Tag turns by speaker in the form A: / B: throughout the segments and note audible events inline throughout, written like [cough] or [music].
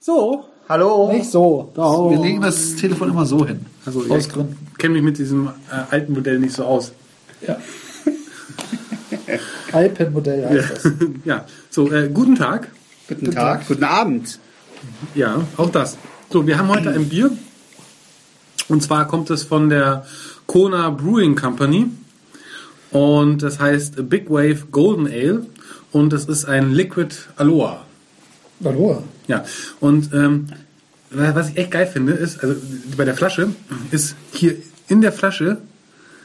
A: So.
B: Hallo.
A: Nicht so. Oh.
C: Wir legen das Telefon immer so hin.
A: Also, ja,
C: Aus
A: ich
C: Gründen.
A: kenne mich mit diesem äh, alten Modell nicht so aus. [laughs]
C: Ja. Alpenmodell heißt das.
A: ja, so, äh, guten Tag.
B: Guten Tag. Guten Abend.
A: Ja, auch das. So, wir haben heute ein Bier. Und zwar kommt es von der Kona Brewing Company. Und das heißt Big Wave Golden Ale. Und es ist ein Liquid Aloha.
C: Hallo.
A: Ja, und ähm, wa- was ich echt geil finde, ist, also bei der Flasche, ist hier in der Flasche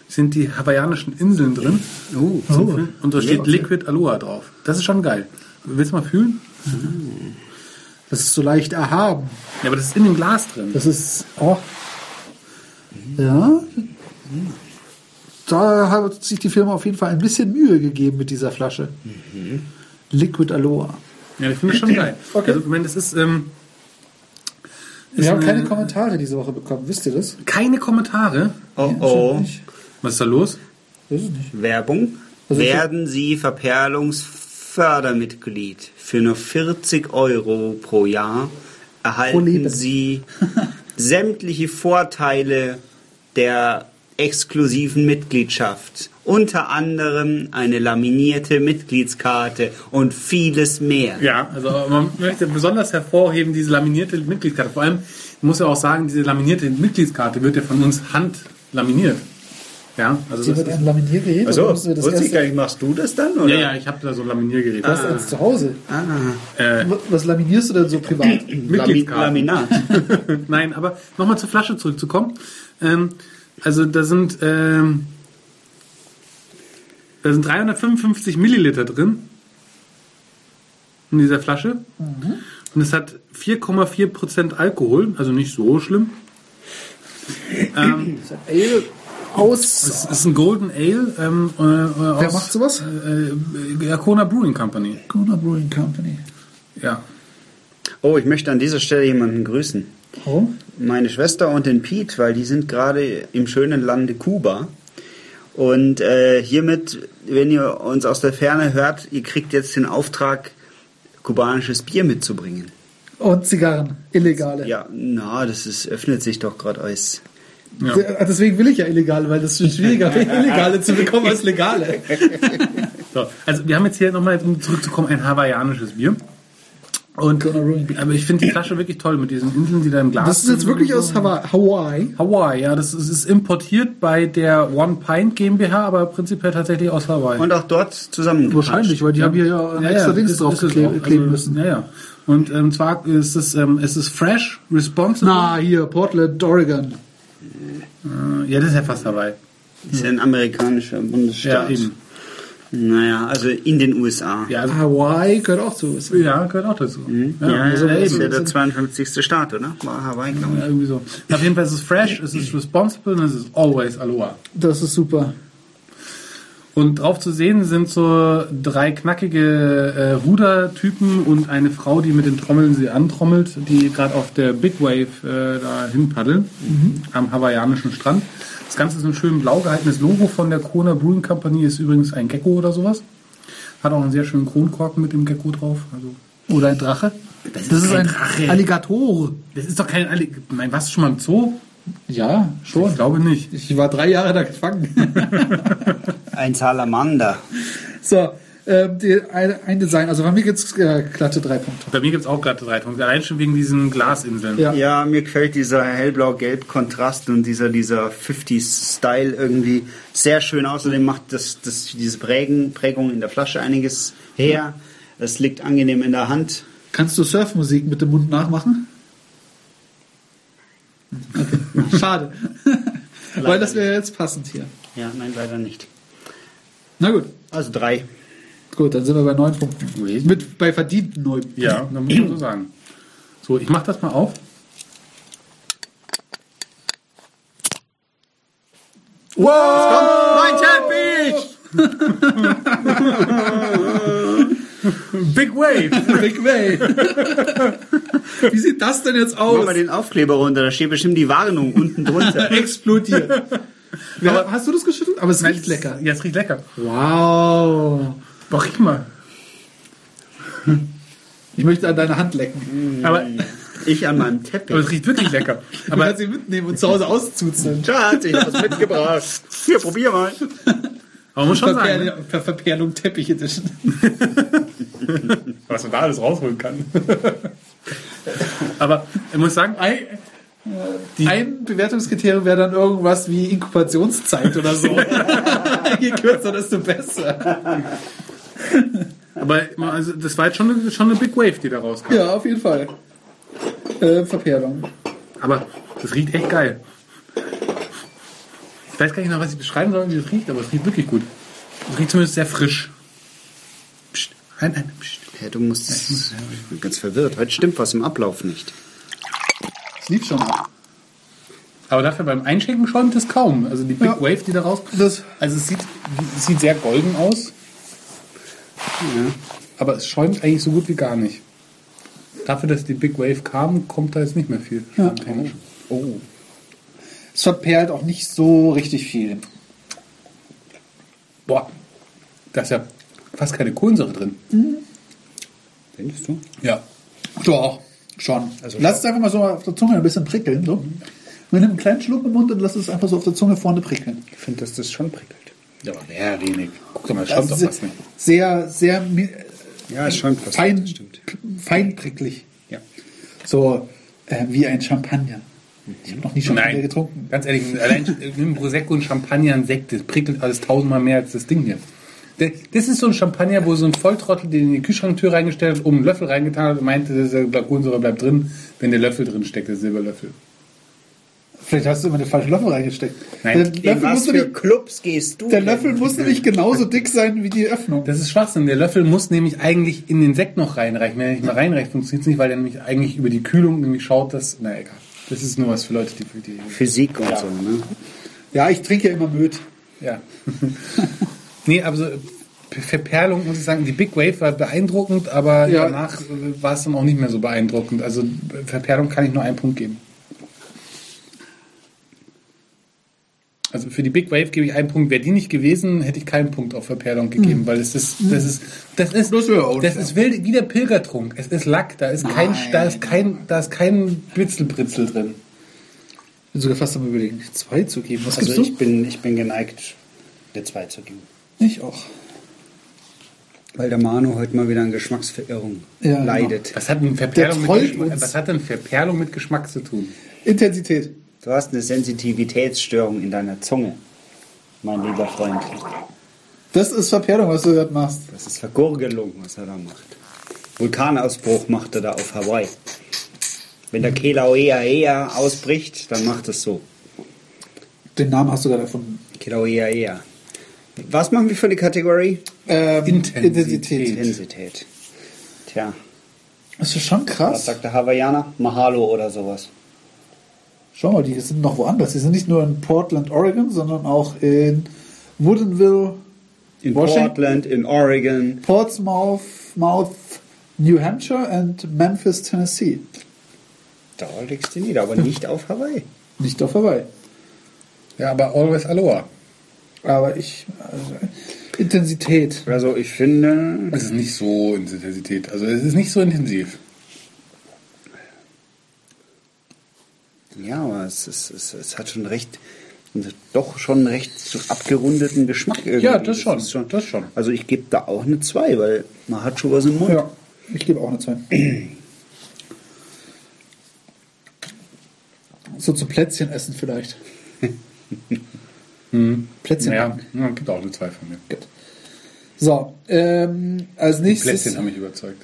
A: sind die hawaiianischen Inseln drin.
B: Oh.
A: Und da steht Liquid Aloha drauf. Das ist schon geil. Willst du mal fühlen?
C: Das ist so leicht erhaben.
A: Ja, aber das ist in dem Glas drin.
C: Das ist. Oh. Ja. Da hat sich die Firma auf jeden Fall ein bisschen Mühe gegeben mit dieser Flasche. Mhm. Liquid Aloha.
A: Ja, ich finde das schon geil.
C: Okay.
A: Also, ich meine, das ist ähm,
C: Wir haben keine Kommentare diese Woche bekommen, wisst ihr das?
A: keine Kommentare.
B: Oh oh.
A: Was ist da los?
C: Das ist nicht.
B: Werbung.
C: Also ich-
B: Werden Sie Verperlungsfördermitglied. Für nur 40 Euro pro Jahr erhalten
C: Leben.
B: [laughs] Sie sämtliche Vorteile der exklusiven Mitgliedschaft. Unter anderem eine laminierte Mitgliedskarte und vieles mehr.
A: Ja, also man möchte besonders hervorheben diese laminierte Mitgliedskarte. Vor allem ich muss ja auch sagen, diese laminierte Mitgliedskarte wird ja von uns handlaminiert. Ja, also
C: Sie
A: das
C: wird
A: ist,
C: ein Laminiergerät.
D: Also,
C: oder müssen wir das
D: wusste ich
C: erste,
D: gar nicht, machst du das dann? Oder?
A: ja, ja, ich habe da so ein Laminiergerät.
C: das eins zu Hause.
D: Äh.
C: W- Was laminierst du denn so privat?
B: Lami
A: Mitgliedskarte.
B: Laminat.
A: Nein, aber nochmal zur Flasche zurückzukommen. Ähm, also da sind, ähm, da sind 355 Milliliter drin in dieser Flasche. Und es hat 4,4% Alkohol, also nicht so schlimm.
C: Ale Äh. aus.
A: Es ist ein Golden Ale. Ähm, äh, äh,
C: Wer
A: aus,
C: macht sowas?
A: Äh, äh, Kona Brewing Company.
C: Kuna Brewing Company.
A: Ja.
B: Oh, ich möchte an dieser Stelle jemanden grüßen.
C: Warum?
B: meine Schwester und den Pete, weil die sind gerade im schönen Lande Kuba. Und äh, hiermit, wenn ihr uns aus der Ferne hört, ihr kriegt jetzt den Auftrag, kubanisches Bier mitzubringen.
C: Und Zigarren. Illegale.
B: Ja, na, das ist, öffnet sich doch gerade als.
C: Ah, Deswegen will ich ja illegale, weil das ist [laughs] schwieriger, illegale zu bekommen als legale.
A: So, also wir haben jetzt hier nochmal, um zurückzukommen, ein hawaiianisches Bier. Und,
C: Kona Brewing Company.
A: aber ich finde die Flasche wirklich toll mit diesen Inseln, die da im Glas
C: Das ist jetzt wirklich aus Hawa- Hawaii.
A: Hawaii, ja, das ist, ist importiert bei der One Pint GmbH, aber prinzipiell tatsächlich aus Hawaii.
B: Und auch dort zusammengebracht.
C: weil die haben hier ja ein extra Dings
A: ist-
C: drauf
A: ist es
C: gekle-
A: auch.
C: kleben
A: Also,
C: müssen.
A: Ja, ja. Und ähm, zwar ist es, ähm, es ist fresh, responsible.
C: Na, hier, Portland, Oregon.
A: Äh, Ja, das ist ja fast Hawaii.
B: Ist ja ein amerikanischer Bundesstaat.
A: Ja, eben.
B: Naja, also in den USA.
A: Ja, also,
C: Hawaii gehört auch zu. USA.
A: ja gehört auch dazu.
C: Mhm.
B: Ja,
A: also
B: das ist ja
A: eben.
B: der 52. Staat, oder? War Hawaii, glaube ich.
A: Ja, irgendwie so. Auf jeden Fall ist es fresh, es ist responsible und es ist always Aloha.
C: Das ist super.
A: Und drauf zu sehen sind so drei knackige äh, Rudertypen und eine Frau, die mit den Trommeln sie antrommelt, die gerade auf der Big Wave äh, da hinpaddeln, am hawaiianischen Strand. Das Ganze ist ein schön blau gehaltenes Logo von der Kona Brewing Company, ist übrigens ein Gecko oder sowas. Hat auch einen sehr schönen Kronkorken mit dem Gecko drauf. Also,
C: Oder ein Drache. Das ist, ein
A: kein Drache.
C: Alligator.
A: das ist doch kein... Alli- Nein, warst du schon mal im Zoo?
C: Ja,
A: Ich glaube nicht.
C: Ich war drei Jahre da gefangen. [laughs]
B: Ein Salamander.
C: so, ähm, die, ein, ein Design. Also bei mir gibt's äh, glatte drei Punkte.
A: Bei mir gibt es auch gerade drei Punkte. Allein schon wegen diesen Glasinseln.
C: Ja.
B: Ja, mir gefällt dieser hellblau-gelb Kontrast und dieser, dieser 50s-Style irgendwie sehr schön. Außerdem macht das, das, diese Prägen, Prägung in der Flasche einiges her. Es liegt angenehm in der Hand.
C: Kannst du Surfmusik mit dem Mund nachmachen? Okay. [laughs] Schade. Weil das wäre jetzt passend hier.
B: Ja, nein, leider nicht.
C: Na gut.
B: Also drei.
C: Gut, dann sind wir bei neun Punkten.
A: Ui.
C: Mit bei verdienten neun [laughs] Punkten.
A: Ja, dann muss man so sagen. So, ich mach das mal auf.
B: Mein Teppich!
A: Big Wave!
C: Big Way. Wie sieht das denn jetzt
B: Mach
C: aus?
B: mal den Aufkleber runter, da steht bestimmt die Warnung unten [laughs]
C: [laughs]
B: drunter.
C: Explodiert. Wer- hast du das geschüttelt? Aber es riecht lecker.
A: ja, es riecht lecker.
C: Wow.
A: Mach ich mal.
C: Ich möchte an deiner Hand lecken.
A: Aber
B: Ich an meinem
A: Aber es
B: Teppich.
A: riecht wirklich lecker.
C: Du
A: Aber
C: kannst sie mitnehmen und zu Hause auszuzeln.
B: Schatz, ich hab was mitgebracht. Hier, probier mal.
A: man muss schon sagen,
C: Verperlung, Ver Verperlung Teppich Edition.
A: was man da alles rausholen kann. Aber ich muss sagen,
C: Ein, ein Bewertungskriterium wäre dann irgendwas wie Inkubationszeit oder so. Je [laughs] kürzer, desto besser.
A: aber mal- also, das war jetzt schon eine, schon eine Big Wave, die da rauskam.
C: Ja, auf jeden Fall. Äh, Verperlung.
A: Aber das riecht echt geil. Ich weiß gar nicht noch, was ich beschreiben soll, wie es riecht, aber es riecht wirklich gut. Es riecht zumindest sehr frisch. Psst. Nein, nein, psst.
B: Ja, du musst. Ich bin ganz verwirrt. Heute stimmt was im Ablauf nicht.
C: Es lief schon ab.
A: Aber dafür beim Einschenken schäumt es kaum. Also die Big
C: Ja.
A: Wave, die da rauskommt.
C: Das-
A: Also es sieht, es sieht sehr golden aus. Aber es schäumt eigentlich so gut wie gar nicht. Dafür, dass die Big Wave kam, kommt da jetzt nicht mehr viel.
C: Ja.
A: Spontan.
C: Oh. Es verperlt auch nicht so richtig viel.
A: Boah, da ist ja fast keine Kohlensäure drin.
C: Mhm.
B: Findest du?
A: Ja.
C: Doch, schon.
B: Also
C: lass es einfach mal so auf der Zunge ein bisschen prickeln. So. Mit einem kleinen Schluck im Mund und lass es einfach so auf der Zunge vorne prickeln.
B: Ich finde, dass das schon prickelt.
A: Ja, aber sehr wenig. Guck doch mal, es
C: Das
A: schäumt doch
C: ist
A: fast nicht.
C: sehr, sehr mi-
B: Ja, es schäumt fast
C: fein,
B: nicht, das stimmt.
C: p- fein pricklig.
A: Ja.
C: So äh, wie ein Champagner. Ich habe noch nie Champagner
A: Nein,
C: getrunken.
A: ganz ehrlich, allein mit einem Prosecco und Champagner ein Sekt, das prickelt alles tausendmal mehr als das Ding hier. D- Das ist so ein Champagner, wo so ein Volltrottel den in die Kühlschranktür reingestellt hat, oben einen Löffel reingetan hat und meinte, dass der Kohlensäure bleibt drin, wenn der Löffel drin steckt, der Silberlöffel.
C: Vielleicht hast du immer den falschen Löffel reingesteckt.
A: Nein,
C: der Löffel, musste nicht,
B: Clubs gehst du?
C: der Löffel musste nicht genauso dick sein wie die Öffnung.
A: Das ist Schwachsinn. Der Löffel muss nämlich eigentlich in den Sekt noch reinreichen. Wenn er nicht mal reinreicht, funktioniert es nicht, weil er nämlich eigentlich über die Kühlung nämlich schaut, dass. Na egal. Das ist nur was für Leute, die für die.
B: Physik und so, ne?
C: Ja, ich trinke ja immer Möd.
A: Ja. [laughs] nee, aber so P- Verperlung muss ich sagen, die Big Wave war beeindruckend, aber
C: Ja.
A: danach äh, war es dann auch nicht mehr so beeindruckend. Also äh, Verperlung kann ich nur einen Punkt geben. Also für die Big Wave gebe ich einen Punkt. Wäre die nicht gewesen, hätte ich keinen Punkt auf Verperlung gegeben, weil es ist, das ist, das ist,
C: Hm. Das wäre auch
A: das
C: fair.
A: ist wild, wie der Pilgertrunk. Es ist Lack, da ist kein,
C: Nein.
A: da ist kein, da ist kein Blitzelbritzel drin.
C: Ich bin sogar fast am überlegen, zwei zu geben. Was
B: Also
C: gibst
B: ich bin, ich bin geneigt, der 2 zu geben.
C: du? Ich auch.
B: Weil der Manu heute mal wieder an Geschmacksverirrung
C: Ja, genau.
B: leidet.
A: Was hat denn Verperlung,
C: Der
A: mit
C: trollt
A: Geschmack,
C: uns.
A: was hat denn Verperlung mit Geschmack zu tun?
C: Intensität.
B: Du hast eine Sensitivitätsstörung in deiner Zunge, mein lieber Freund.
C: Das ist Verperlung, was du gerade machst.
B: Das ist Vergurgelung, was er da macht. Vulkanausbruch macht er da auf Hawaii. Wenn der Kilauea ausbricht, dann macht es so.
C: Den Namen hast du gerade erfunden.
B: Kilauea. Was machen wir für eine Kategorie?
C: Ähm,
A: Intensität.
B: Intensität. Tja,
C: Das ist schon
B: was
C: krass.
B: sagt der Hawaiianer? Mahalo oder sowas.
C: Schau mal, die sind noch woanders. Die sind nicht nur in Portland, Oregon, sondern auch in Woodinville,
B: In
C: Washington-
B: Portland, in Oregon.
C: Portsmouth, Mouth, New Hampshire und Memphis, Tennessee.
B: Da legst du nieder, aber nicht auf Hawaii.
C: Nicht auf Hawaii.
A: Ja, aber always Aloha.
C: Aber ich. Also, Intensität.
B: Also ich finde,
A: Es ist nicht so Intensität. Also es ist nicht so intensiv.
B: ja, aber es, ist, es, es hat schon recht, doch schon einen recht so abgerundeten Geschmack irgendwie.
A: Ja, das schon,
B: ist
A: das schon.
B: Also ich gebe da auch eine 2, weil man hat schon was im Mund.
C: Ja, ich gebe auch eine 2. so zum Plätzchen essen vielleicht. Plätzchen.
A: Hm. Ja, ja gibt auch eine 2 von mir.
C: Gut. So, ähm, als nächstes
A: Plätzchen haben mich überzeugt.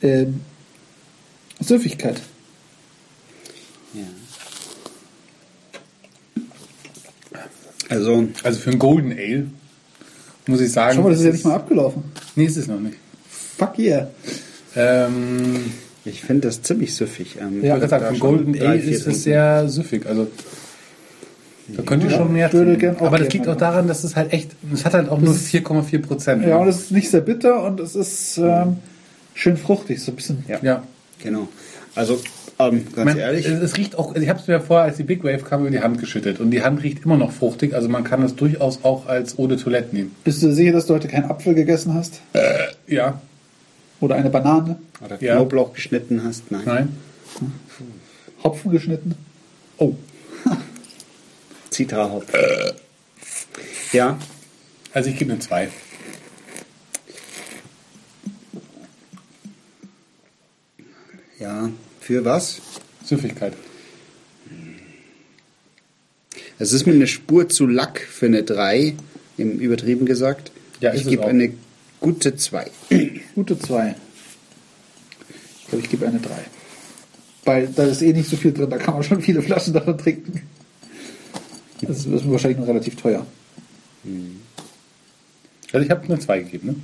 C: ähm, Süffigkeit.
B: Ja. Also,
A: Also für einen Golden Ale muss ich sagen.
C: Schau mal, das ist ja nicht mal abgelaufen.
A: Nee, ist es noch nicht.
C: Fuck yeah.
A: Ähm,
B: ich finde das ziemlich süffig. Ähm,
A: ja,
B: ich würde
A: ich sagen,
B: da
A: für einen
B: schon
A: Golden
B: drei,
A: Ale
B: vier
A: ist es
B: trinken.
A: sehr süffig. Also da könnte
C: Ja,
A: schon mehr
C: würde
A: tun.
C: gern auch
A: Aber das
C: gerne
A: liegt auch
C: mal.
A: daran, dass es halt echt, es hat halt auch nur 4,4 Prozent.
C: Ja, und es ist nicht sehr bitter und es ist ähm, schön fruchtig, so ein bisschen.
B: Ja.
A: ja. äh,
B: Genau. Also, ähm, ganz
A: Man,
B: ehrlich,
A: Es, es riecht auch, ich habe es mir vorher, als die Big Wave kam, über die Hand geschüttet. Und die Hand riecht immer noch fruchtig. Also man kann das durchaus auch als Eau de Toilette nehmen.
C: Bist du sicher, dass du heute keinen Apfel gegessen hast?
A: Ja.
C: Oder eine Banane.
B: Oder
A: Ja.
B: Knoblauch geschnitten hast. Nein.
A: Nein.
C: Hopfen geschnitten.
A: Oh.
B: Zitrahopf. Äh. Ja,
A: Also ich gebe eine 2.
B: ja. Für was?
A: Süffigkeit.
B: Es ist mir eine Spur zu Lack für eine 3, im übertrieben gesagt.
A: Ja, ist
B: ich
A: es
B: gebe
A: auch.
B: eine gute 2.
C: Gute zwei. Ich glaube, ich gebe eine drei. Weil da ist eh nicht so viel drin, da kann man schon viele Flaschen davon trinken. Das ist das ist wahrscheinlich noch relativ teuer.
A: Also ich habe eine 2 gegeben, ne?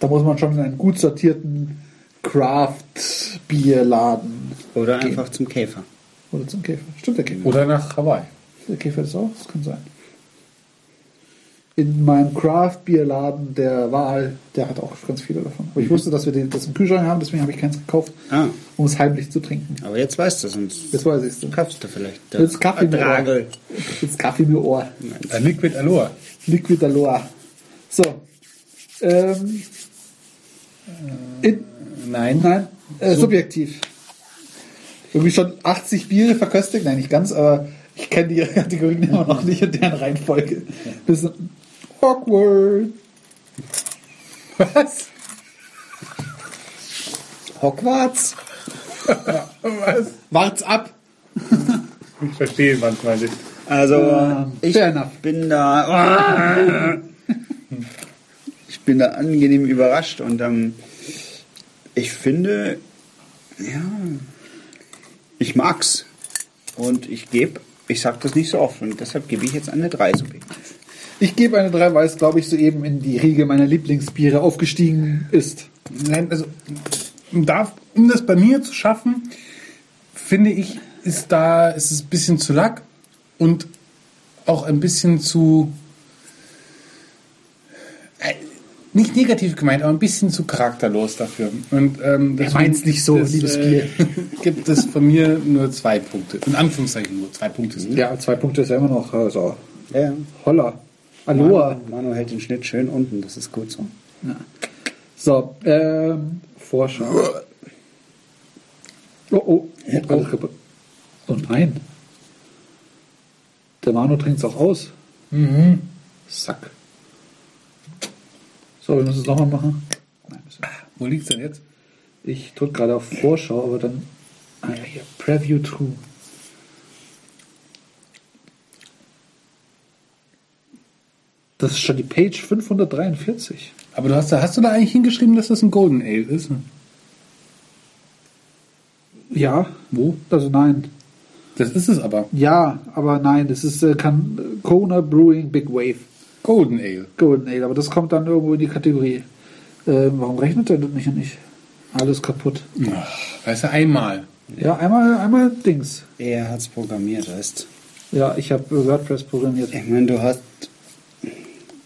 C: Da muss man schon in einen gut sortierten Craft-Bierladen
B: Oder
C: gehen.
B: einfach zum Käfer.
C: Oder zum Käfer. Stimmt, der Käfer.
A: Oder nach Hawaii.
C: Der Käfer ist auch, das kann sein. In meinem Craft-Bierladen der Wahl, der hat auch ganz viele davon. Aber ich wusste, dass wir den, das im Kühlschrank haben, deswegen habe ich keins gekauft,
B: Mhm. Ah.
C: um es heimlich zu trinken.
B: Aber jetzt weißt du, sonst
C: Jetzt weiß ich es.
B: kaufst du vielleicht.
C: Jetzt Kaffee mit
B: Dragel.
C: Ohr. Jetzt Kaffee mit Ohr.
A: Äh, Liquid Aloha.
C: Liquid Aloha. So. Ähm, in,
A: Nein.
C: nein, äh, subjektiv. Irgendwie schon 80 Biere verköstigt. Nein, nicht ganz, aber ich kenne die [laughs] Kategorien immer noch nicht und deren Reihenfolge. Bisschen awkward.
A: Was?
C: Hogwarts.
A: Was?
C: Wart's ab.
A: Ich verstehe manchmal nicht.
B: Also,
C: Ah,
B: ich
C: fair enough.
B: bin da. oh. Ich bin da angenehm überrascht und ähm, ich finde, ja, ich mag's. Und ich gebe, ich sag das nicht so oft und deshalb gebe ich jetzt eine 3 subjektiv.
C: Ich gebe eine 3, weil es, glaube ich, soeben in die Riege meiner Lieblingsbiere aufgestiegen ist.
A: Nein, also um darf, um das bei mir zu schaffen, finde ich, ist da, ist es ein bisschen zu lack und auch ein bisschen zu äh, nicht negativ gemeint, aber ein bisschen zu charakterlos dafür. Und ähm, deswegen-
C: meint's nicht so, liebes Bier.
A: äh, [laughs] gibt es von mir nur zwei Punkte. In Anführungszeichen nur zwei Punkte. sind.
C: Ja, zwei Punkte ist ja immer noch äh, so.
B: Ja,
C: Holla. Aloha.
B: Manu hält den Schnitt schön unten, das ist gut so.
C: So, ähm, Vorschau. Oh, oh, oh, alles kaputt. Oh nein. Der Manu trinkt es auch aus. Mhm. Sack. So, wir müssen es nochmal machen. Nein, müssen wir. nicht.
A: Wo liegt denn jetzt?
C: Ich drücke gerade auf Vorschau, aber dann. Ah ja, hier. Preview True. Das ist schon die Page 543.
A: Aber du hast da, hast du da eigentlich hingeschrieben, dass das ein Golden Ale ist?
C: Ja.
A: Wo?
C: Also nein.
A: Das ist es aber.
C: Ja, aber nein, das ist äh, kann, Kona Brewing Big Wave
A: Golden Ale.
C: Golden Ale, aber das kommt dann irgendwo in die Kategorie. Ähm, warum rechnet er das nicht und nicht? Alles kaputt.
A: Ach, weißt du, einmal.
C: Ja, einmal, einmal Dings.
B: Er hat's programmiert, weißt
C: Ja, ich habe äh, WordPress programmiert.
B: Ich meine, du hast.
A: Ja,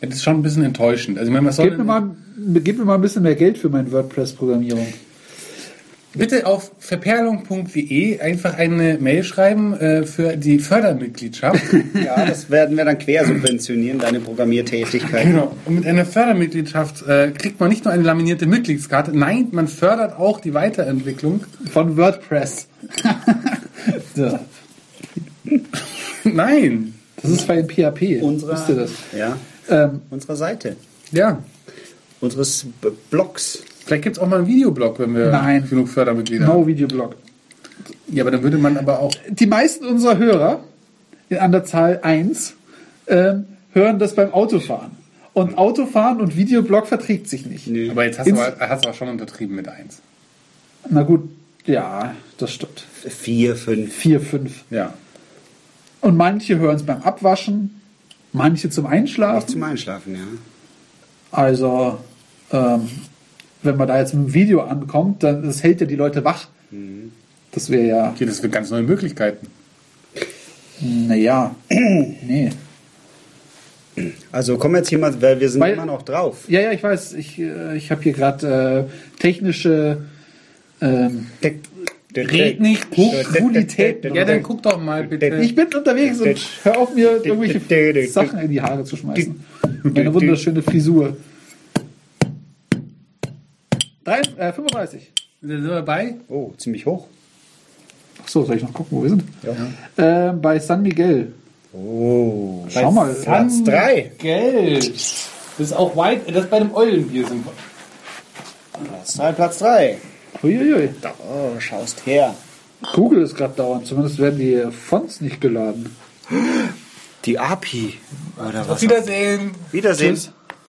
A: Das ist schon ein bisschen enttäuschend. Also, ich meine, was soll
C: Gebt mir, mal, gebt mir mal ein bisschen mehr Geld für meine WordPress-Programmierung.
A: Bitte auf verperlung.de einfach eine Mail schreiben äh, für
C: [laughs]
A: die Fördermitgliedschaft.
B: Ja, das werden wir dann quersubventionieren, deine Programmiertätigkeit.
A: genau. Und mit einer Fördermitgliedschaft äh, kriegt man nicht nur eine laminierte Mitgliedskarte, nein, man fördert auch die Weiterentwicklung. [laughs]
C: Von WordPress. [laughs] so.
A: nein.
C: Das ist bei PHP. Wisst ihr
B: Unsere,
C: das?
B: ja,
C: Ähm,
B: unserer Seite.
A: Ja.
B: Unseres B- Blogs.
A: Vielleicht gibt es auch mal einen Videoblog, wenn wir
C: Nein.
A: genug Fördermitglieder haben.
C: No Videoblog.
A: Ja, aber dann würde man aber auch.
C: die meisten unserer Hörer, an der Zahl 1, ähm, hören das beim Autofahren. Und Autofahren und Videoblog verträgt sich nicht.
A: Aber jetzt hast du
C: Ins-
A: aber, hast du aber schon untertrieben mit 1.
C: Na gut, ja, das stimmt.
B: Vier, fünf.
C: 4, 5.
A: Ja.
C: Und manche hören es beim Abwaschen, manche zum
B: Auch
C: Einschlafen.
B: zum Einschlafen, ja.
C: Also, ähm, wenn man da jetzt mit dem Video ankommt, dann das hält ja die Leute wach. Das wäre ja,
A: Okay, das sind ganz neue Möglichkeiten.
C: naja, [clears throat] nee.
B: Also komm jetzt hier mal, weil wir sind
C: Weil-
B: immer noch drauf.
C: Ja, ja, ich weiß. Ich, äh, ich habe hier gerade äh, technische ähm,
A: Red nicht, guck.
C: Kulitäten.
A: Ja, dann guck doch mal bitte.
C: Ich bin unterwegs und hör auf, mir irgendwelche Sachen in die Haare zu schmeißen. Meine wunderschöne Frisur.
E: Drei, äh, 35.
F: Sind wir bei?
B: Oh, ziemlich hoch.
C: Achso, soll ich noch gucken, wo wir sind? Ähm, bei San Miguel.
B: Oh.
C: Schau mal.
F: Platz
B: drei.
F: Geld. Das ist auch
C: äh,
F: White, das ist bei dem Eulenbier sind.
B: Platz drei, Platz drei.
C: Uiuiui.
B: Da, oh, schaust her.
C: Google ist gerade dauernd. Zumindest werden die Fonts nicht geladen.
B: Die API. Oder
F: Auf Wiedersehen.
B: Wiedersehen.